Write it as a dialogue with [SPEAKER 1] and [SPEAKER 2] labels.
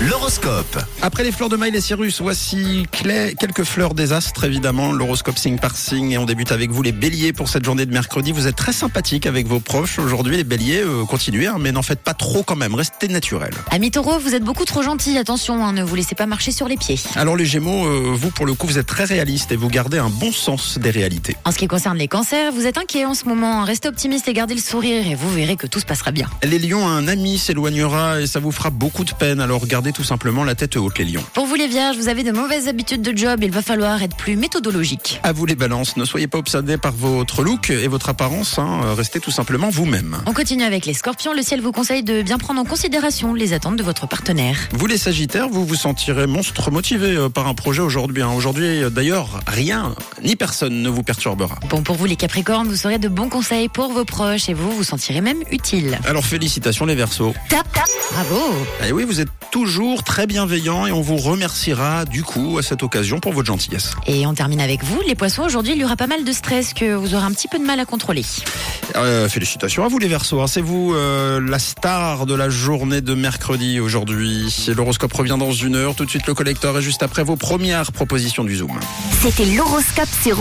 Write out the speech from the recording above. [SPEAKER 1] L'horoscope.
[SPEAKER 2] Après les fleurs de maille et Cyrus, voici Clay, quelques fleurs des astres évidemment, l'horoscope signe par signe et on débute avec vous les béliers pour cette journée de mercredi. Vous êtes très sympathiques avec vos proches aujourd'hui les béliers, euh, continuez hein, mais n'en faites pas trop quand même, restez naturel.
[SPEAKER 3] Amis taureaux, vous êtes beaucoup trop gentils, attention, hein, ne vous laissez pas marcher sur les pieds.
[SPEAKER 2] Alors les gémeaux, euh, vous pour le coup vous êtes très réalistes et vous gardez un bon sens des réalités.
[SPEAKER 3] En ce qui concerne les cancers, vous êtes inquiets en ce moment, hein, restez optimiste et gardez le sourire et vous verrez que tout se passera bien.
[SPEAKER 2] Les lions, un ami s'éloignera et ça vous fera beaucoup de peine alors gardez tout simplement la tête haute les lions.
[SPEAKER 3] Pour vous les vierges, vous avez de mauvaises habitudes de job, il va falloir être plus méthodologique.
[SPEAKER 2] À vous les balances, ne soyez pas obsédés par votre look et votre apparence, hein, euh, restez tout simplement vous-même.
[SPEAKER 3] On continue avec les scorpions, le ciel vous conseille de bien prendre en considération les attentes de votre partenaire.
[SPEAKER 2] Vous les Sagittaires, vous vous sentirez monstre motivé euh, par un projet aujourd'hui. hein. Aujourd'hui, euh, d'ailleurs, rien ni personne ne vous perturbera.
[SPEAKER 3] Bon, pour vous les capricornes, vous serez de bons conseils pour vos proches et vous vous sentirez même utile.
[SPEAKER 2] Alors félicitations les Verseaux.
[SPEAKER 3] Tap, tap, bravo
[SPEAKER 2] Et oui, vous êtes toujours très bienveillants et on vous remerciera du coup à cette occasion pour votre gentillesse.
[SPEAKER 3] Et on termine avec vous, les poissons, aujourd'hui il y aura pas mal de stress que vous aurez un petit peu de mal à contrôler.
[SPEAKER 2] Euh, félicitations à vous les Verseaux. hein. C'est vous euh, la star de la journée de mercredi aujourd'hui. L'horoscope revient dans une heure. Tout de suite le collecteur et juste après vos premières propositions du Zoom.
[SPEAKER 4] C'était l'horoscope sur Rouge.